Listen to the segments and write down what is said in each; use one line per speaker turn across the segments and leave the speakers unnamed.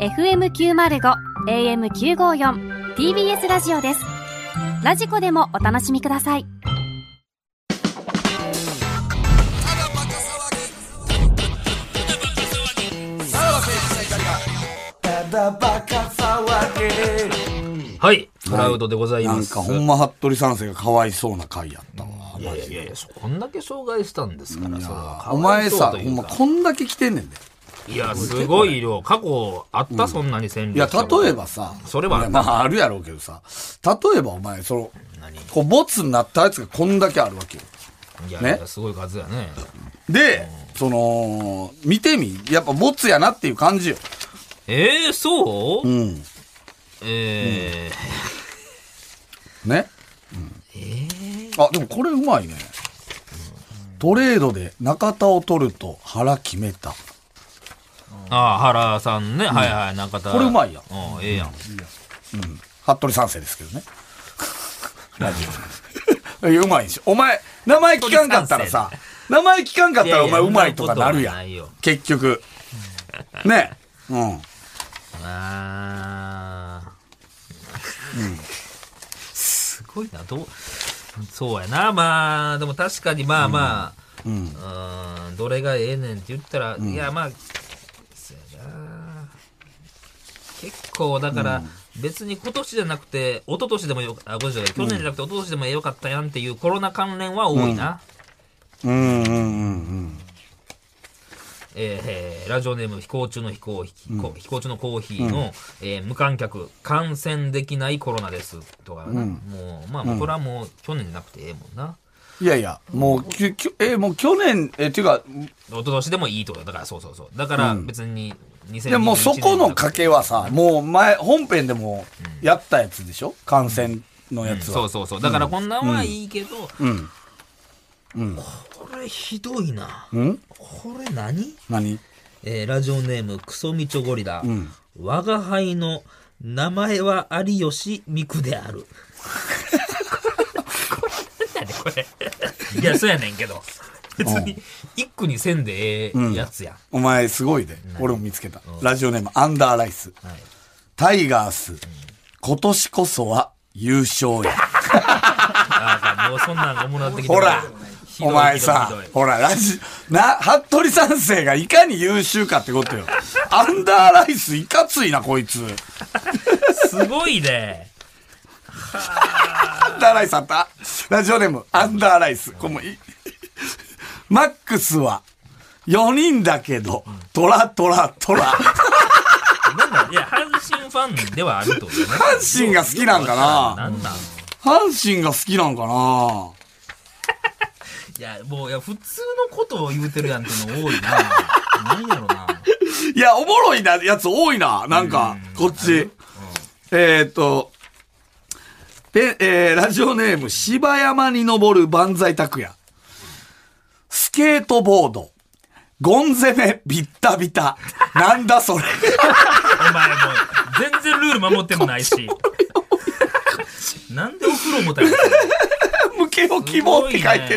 FM905 AM954 TBS ラジオですラジコでもお楽しみください
はい、トラウトでござい
な
ま
ん
す。
かほんま服部三世がかわいそうな回やったわ。
いやいやいやいや、そこんだけ障害したんですから、それは
お前さ、
かわいそうと
ほ
い
ん
う
ま
か
こんだけ来てんねんで。
いや、すごい量。過去あった、そんなに戦
いや、
力。
例えばさ、
それはあ
いや
る
まああるやろうけどさ、例えばお前、その、こう、ボツになったやつがこんだけあるわけよ。
いや、
ね
いやすごい数やね。
で、その、見てみ、やっぱボツやなっていう感じよ。
えー、そう、
うん。
え
ね。うん、あ、でもこれうまいね。トレードで中田を取ると腹決めた。
ー、ああ、原さんね。はいはい、中田。
これうまいやん
うん、ええやん。
服部三世ですけどね。 いやうまいでしょ。お前、名前聞かんかったらさ、名前聞かんかったらお前
いやいや
うまいとかなる
そんな
や
ことはない
ん
よ。
結局。ね。うん。
ああ。 すごいな、どう、そうやな、まあ、でも確かにまあまあ、うん、んどれがええねんって言ったら、いや、まあ、そうやな。結構、だから、別に今年じゃなくて、一昨年でもよ、あ、ごめんなさい去年じゃなくて、一昨年でもよかったやんっていうコロナ関連は多いな。
うんうんうん
えーえーラジオネーム飛行中の飛行飛行,、飛行中のコーヒーの、えー無観客感染できないコロナですとかな、もうまあこれはもう去年じゃなくてええもんな
うん。いやいや、もう、きゅきゅえ、もう去年、え、っていうか、
一昨年でもいいってことだだからそうそうそうだから別に2021年
でもそこの賭けはさ、もう前、本編でもやったやつでしょ感染のやつ
そう
は。
そうそうだからこんなんはいいけど、
うん。
これひどいな、
ん
これ何
何
えーラジオネームクソミチョゴリラ、我が輩の名前は有吉美久であ るこれこれなんやねんこれいやそうやねんけど別に一句にせんでええやつや、
お前すごいで。俺も見つけた。ラジオネーム、アンダーライス。
はい、
タイガース、今年こそは優勝や。
ああもうそんなんがもらってきて
ほら
ひどい
お前
ひ
さ
どいひ、ど
ほら、ラジ、 な、服部三世がいかに優秀かってことよ。アンダーライスいかついな、こいつ。
いすごいね
アンダーライスあったラジオネーム、アンダーライス。これもい い。マックスは、4人だけど、トラトラトラ。
なんだいや阪神ファンではあると思うね
阪神が好きなんかな
なんなん
阪神が好きなんかない
やもういや普通のことを言うてるやんっての多いな何やろない
や、おもろいな、やつ多いな。なんか、こっち。えーっと、ペえーラジオネーム、芝山に登る万歳拓也。スケートボード。ゴン攻め、ビッタビタ。なんだ それ。
お前もう全然ルール守ってもな いし。なんでお風呂もたよ。
向けを希望って書いてる。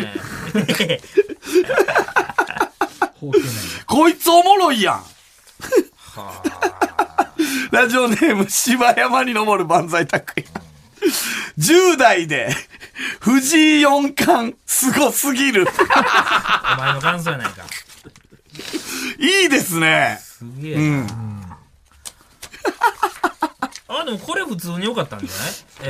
る。
こいつおもろいやん。 ラジオネーム、芝山に登る万歳拓也。10代で、藤井四冠、すごすぎる。
お前の感想やないか。
いいですね。
すげえな。あ、でもこれ普通に良かったんじゃない、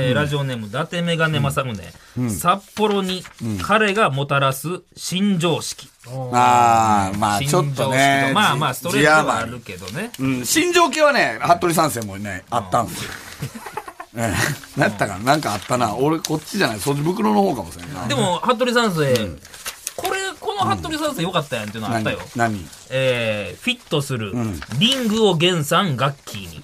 えーラジオネーム、伊達メガネ政宗、札幌に彼がもたらす新常識。
ああ、まあ
新
ち
常
ょ
識
っ
と
とね。
まあまあ、ストレー
治
ト
安
はあ
も
るけどね。
うん、新庄系はね、服部三世もね、あったんですよ。ええ、なったかななんかあったな。俺、こっちじゃない。そっち袋の方かもしれんない。
でも、服部三世、これ、この服部三世良かったやんっていうのあったよ。
何
えーフィットする、リングを原産楽器に。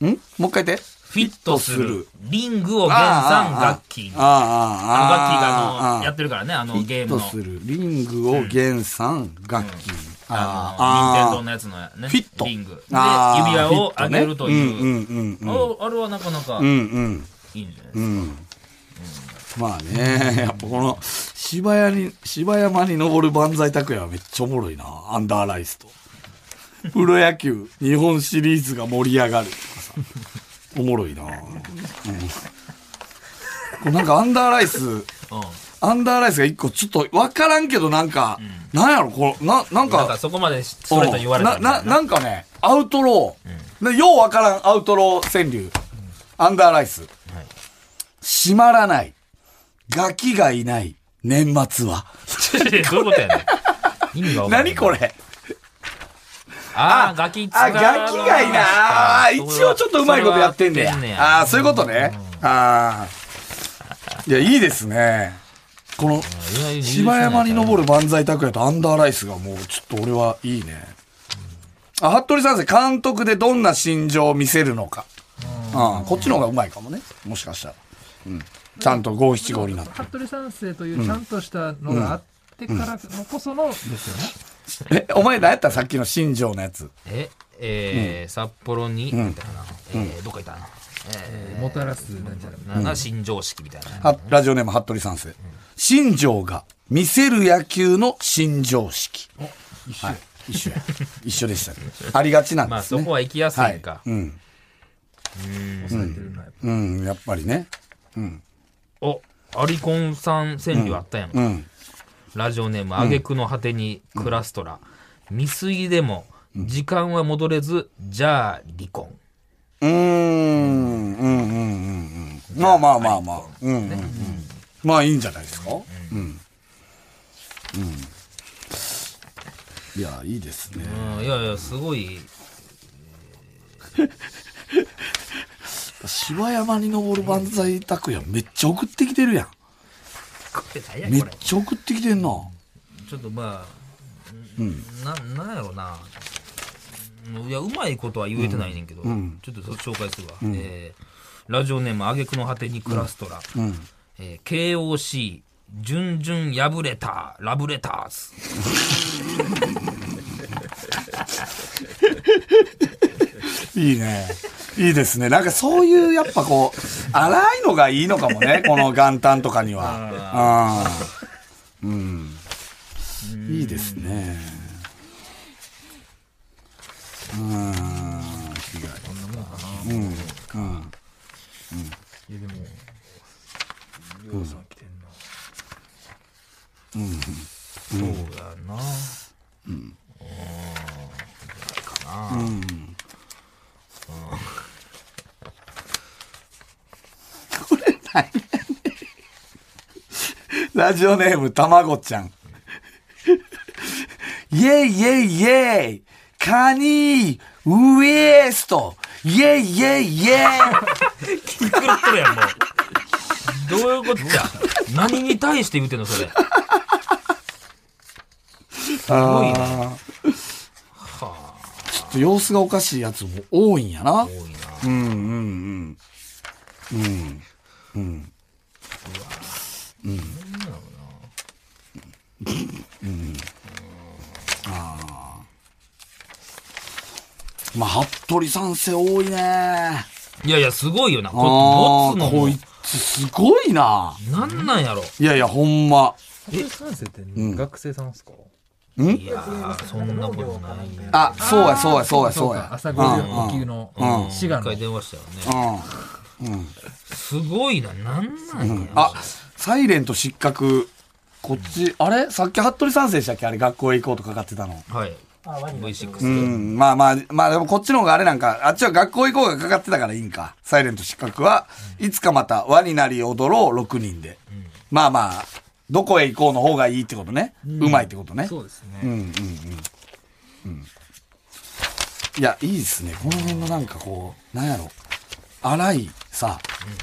何んもう一回言って。
フィットする
フ、
リングを原産楽器に。
あ
あの楽器
あ、ああ、ああ。
があの、やってるからね、あのゲーム
フィッ
の。
トする。リングを原産、楽器。
あの、任天堂
あ
のやつのね、
フィット
リング。で、指
あー
輪を上げるという。
フィットねうんうんうん
ああれはなかなか
あ。うんうん。
いいんじゃないですか。
まあね、 やっぱこの、芝屋に、芝山に登る万歳拓也はめっちゃおもろいな。アンダーライスと。プロ野球日本シリーズが盛り上がるとかさおもろいな、うんこれなんかアンダーライス
うん。
アンダーライスが一個ちょっと分からんけどなんか、なんやろこのななん
なん
か
かそこまでそれと言われた
な
みた
ないなんかねアウトロー、でようわからんアウトロー川柳、アンダーライス、閉まらないガキがいない年末は
どういうことやねん。意味がわからん
何これ
ああ、ガキ
あガキがいないあー一応ちょっとうまいことやってんねやああーそういうことね、ああいやいいですねこの芝山に登
る。
る万歳拓也とアンダーライスがもうちょっと俺はいいね。あ、服部三世、監督でどんな心情を見せるのか。うん、こっちの方がうまいかもね。もしかしたら。うん。ちゃんと五七五になって。
服部三世というちゃんとしたのがあってからのこそのですよね。
え、お前何やったさっきの心情のやつ。
え、えー、札幌に、みたいな。えー、どっかいたな。え
もたらすなんちゃら。
ー、な、新常識みたいな。
はラジオネーム服部三世。心情が見せる野球の心情式。
一緒
はい。一緒や。一緒でしたね。ありがちなん
ま
で
あ
す
そ
ね。
こは行きやす
はいい
か。。
うん。
抑えてるのはやっぱ
うん、やっぱりね。
お、アリコンさん川柳あったやんか。
うん。
ラジオネーム、あげくの果てにクラストラ。見過ぎでも、時間は戻れず、じゃあ離婚。
うーん、うん、うん、うん。うんまあまあまあまあ。うん、うん、うん。まあいいんじゃないですか。うん。うん。いや、いいですね。
うん、いやいや、すごい。
芝山に登る万歳拓也めっちゃ送ってきてるや
これ何や
ん。めっ
これ。
ちゃ送ってきてんな。
ちょっとまあ、んな、なんやろな。うんいや、うまいことは言えてないねんけど、ちょっと紹介するわ。えーラジオネーム、あげくの果てにクラストラ。えー KOC、準々破れた、ラブレターズ。
いいね。いいですね。なんかそういう、やっぱこう、荒いのがいいのかもね。この元旦とかには。うん。うん。いいですね。うん。
そうやな。うん。かな。
ラジオネーム、たまごちゃん。イェイイェイイェイカニウエストイェイイェイイェイ
狂っとるやん、もう。どういうことじゃ。何に対して言うてんの、それ。
すごいな。ちょっと様子がおかしいやつも多いんやな。
多いな。
うんうんうん。まあ、服部三世多いね。
いやいや、すごいよな。こ
あ
れ、持つ
あ、
の
こ
も
い。つすごいな。
なんなんやろ。
いやいや、ほんま。
り。服部三世って学生さんですか
いやー、そんなことないよ。
あ、そうや、そうや、そうや、そうや。
朝5時呼吸の
うん
滋賀
一回
の。
電話したよ
う
ね。
ん。
すごいな、なんなんやろ。
あ、サイレント失格。こっち、あれさっき服部三世でしたっけあれ、学校へ行こうとかかってたの。
はい。
う
V6。
ん、まあまあ、まあでもこっちの方があれなんか、あっちは学校行こうがかかってたからいいんか。サイレント失格は、いつかまた輪になり踊ろう6人で。まあまあ、どこへ行こうの方がいいってことね。うまいってことね。
そうですね。
うんうんうん。うんいや、いいですね。この辺のなんかこう、なんやろ。荒いさ、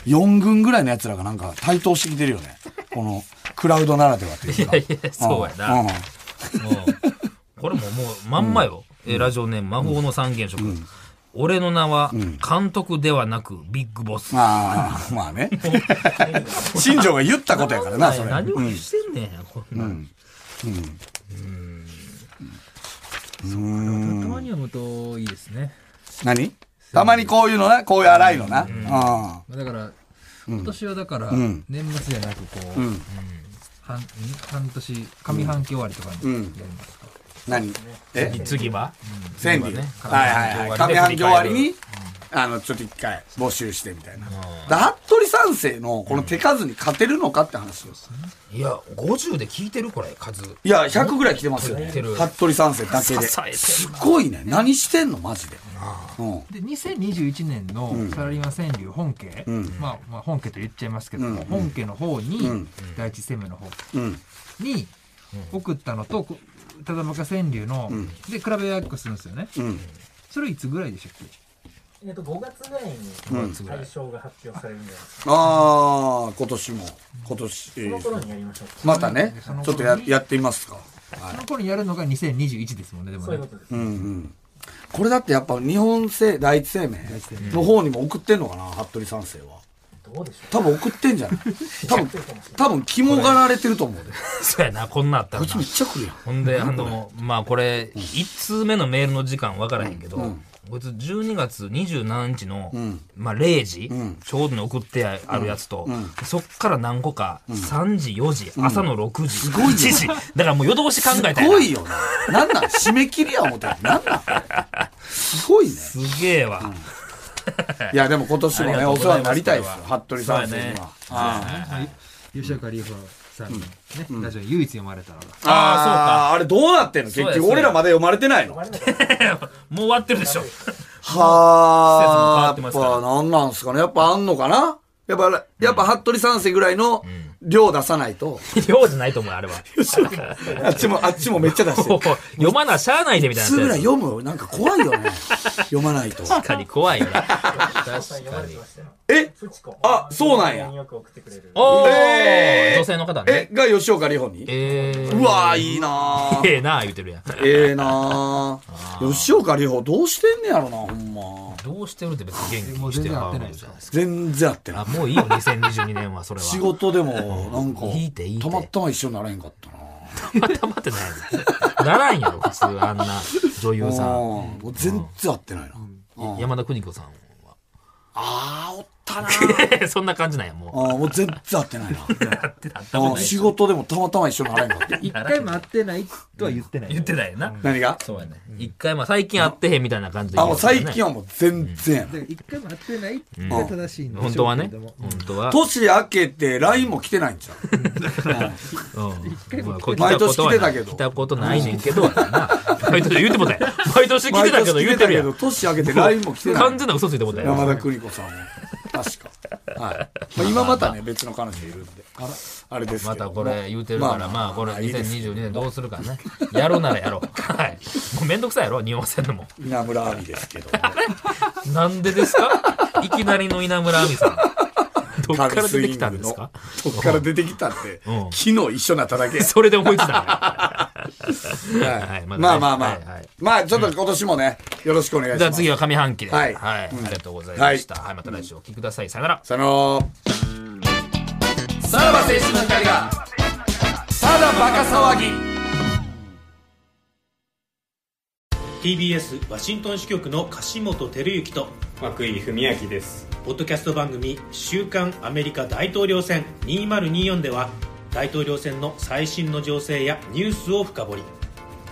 4軍ぐらいの奴らがなんか対等してきてるよね。この、クラウドならではというか。
いやいや そうやな
うん
うんこれももう、まんまよ。えーラジオネーム、魔法の三原色。俺の名は、監督ではなく、ビッグボス。
まあ、まあ ね。新庄が言ったことやからな、それ。
何をしてんねん、こんなん。
たまに読むといいですね。
何たまにこういうのな、こういう荒いのな。うん。
だから、今年はだから、
ん
年末じゃなくこう、半ん半年、上半期終わりとかにやりますか。
何え
次は
千里
ね
はいはいはい。上半期終わりに、あの、ちょっと一回募集してみたいな。だから服部三世のこの手数に勝てるのかって話です。
いや50で聞いてるこれ数
いや、100ぐらい来てますよ。
来てる
服部三世だけで。
支えてんな
すごいね。何してんのマジで。うん。
で2021年のサラリーマン川柳本家、まあ、まあ本家と言っちゃいますけども、本家の方に、第一生命の方
うん。
に送ったのと、こただまか川柳の、で比べやっこするんですよね、
ん
それいつぐらいでしたっけ
えっと、5月ぐらいに大賞が発表されるんじゃないですか。
あー、今年も。今年。え
その頃
ー
にやりましょう。
またね
その、
ちょっ
頃に
とややってみますか。
その頃にやるのが2021ですもんねでも
そういう
ね
ことです。
うんうん。これだってやっぱ日本製第一生命の方にも送ってんのかな服部三世は。
どうでしょ
多分送ってんじ ゃない多分
う。、そうかもしれない。
多分肝がられてると思うで。
そうやなこんなんあったら
こっ
な
ちめっちゃ来るやん。
ほんで、あの、まあこれ、1通目のメールの時間わからへんけど、こいつ12月27日の、まあ0時、ちょうどに送ってあるやつと、そっから何個か、3時、4時、朝の6時、
ごいよ
7時、だからもう夜通し考え
す
たや
ご
ない
よな。なん なん締め切りや思ったら。なんなんすごいね。
すげえわ。
いや、でも今年も
あり
ね、
がとう
お
ご
世
ざ
話
い
に
ます
なりたいですよ。
これは
服部三世
そうや
に
ね
は。あ
吉岡里帆さんのね、ラジオに唯一読まれたのが、
あああ、あれどうなってんの
そうや
結局、俺らまだ読まれてないのは
もう終わってるでしょ。
あ
季節も変わって
やっ
ますから
ぱなんなんすかねやっぱあんのかなやっぱ、やっぱ服部三世ぐらいの量出さないと。
量じゃないと思う、あ れは。
あっちも、あっちもめっちゃ出して
こ
る
う。読まなしゃあないでみたい
すぐ
な
ら
や
い
つ。
読むなんか怖いよね。読まないと。
確かに怖いよな。
読
確
ま
か
れて
に
ま。したよ。
え
フチコ。
あそうなんや
よく送ってくれる。
おー、
えー
女性の方
え
ね。、
が吉岡里帆に
えー、
うわー、いいなー。
ええなあ言うてるやん。
ええなあ吉岡里帆どうしてんねやろなほんま
どうしてるって別に元気
もう
にし
全
て
然合ってな
ないい
です
じゃな
か
いですか。
全然合ってな
あ
い
もういいよ2022年はそれは。
仕事でもなんか
いいっていいって
たまったま一緒になれんかったな
また待ってないの。ならんやろ普通あんな女優さん。
うんもう全然合ってないなうん
山田邦子さんは。
あーおったな
そんな感じなんやも
あーもう全然合ってないな
う。あった
う
も
ん
ない。
仕事でもたまたま一緒になれんかった
一回も会ってないとは言ってない、
言ってたよな。
何が
そうやね。一回まあ最近会ってへんみたいな感じで
あ
言う
も
よ
う
ね。
最近はもう全然やな
だから一回も会ってないが正しいんで
本
し
当
ょ
は
うけれ
ね
ども。
本当は。
年明けて LINE も来てないんちゃう
うん
回も
まあこう
毎年来てたけど
来たことないねんけど。な毎年言ってもたよ。毎年来てたけど言ってるや
毎年来てたけど
ん。
年明けて LINE も来てない
完全な嘘ついてもたよ。
山田邦子さんも確 か、はいまあ、今またね別の彼女いるんであらあれです
ま
けど
たこれ言うてるから、まあ、これ2022年どうするかね。やるならやろう。はい。もうめんどくさいやろ、日本戦のも。
稲村亜美です けど
なんでですかいきなりの稲村亜美さん。どっから出てきたんですか
どっから出てきたって
ん
昨日一緒になっただけ、
それで思いついた
はい
はい
まあ
まだね
まあまあ、
はいはい
まあちょっと今年もね、よろしくお願いします
の。じゃあ次は上半期で。
は
はいい。あ
うん
りがとうございました。はい。また来週お聞きください。さよなら。
そのさらば青春の光がただバカ騒ぎ
TBS ワシントン支局の樫本照之と
涌井文明です
ポッドキャスト番組「週刊アメリカ大統領選2024」では大統領選の最新の情勢やニュースを深掘り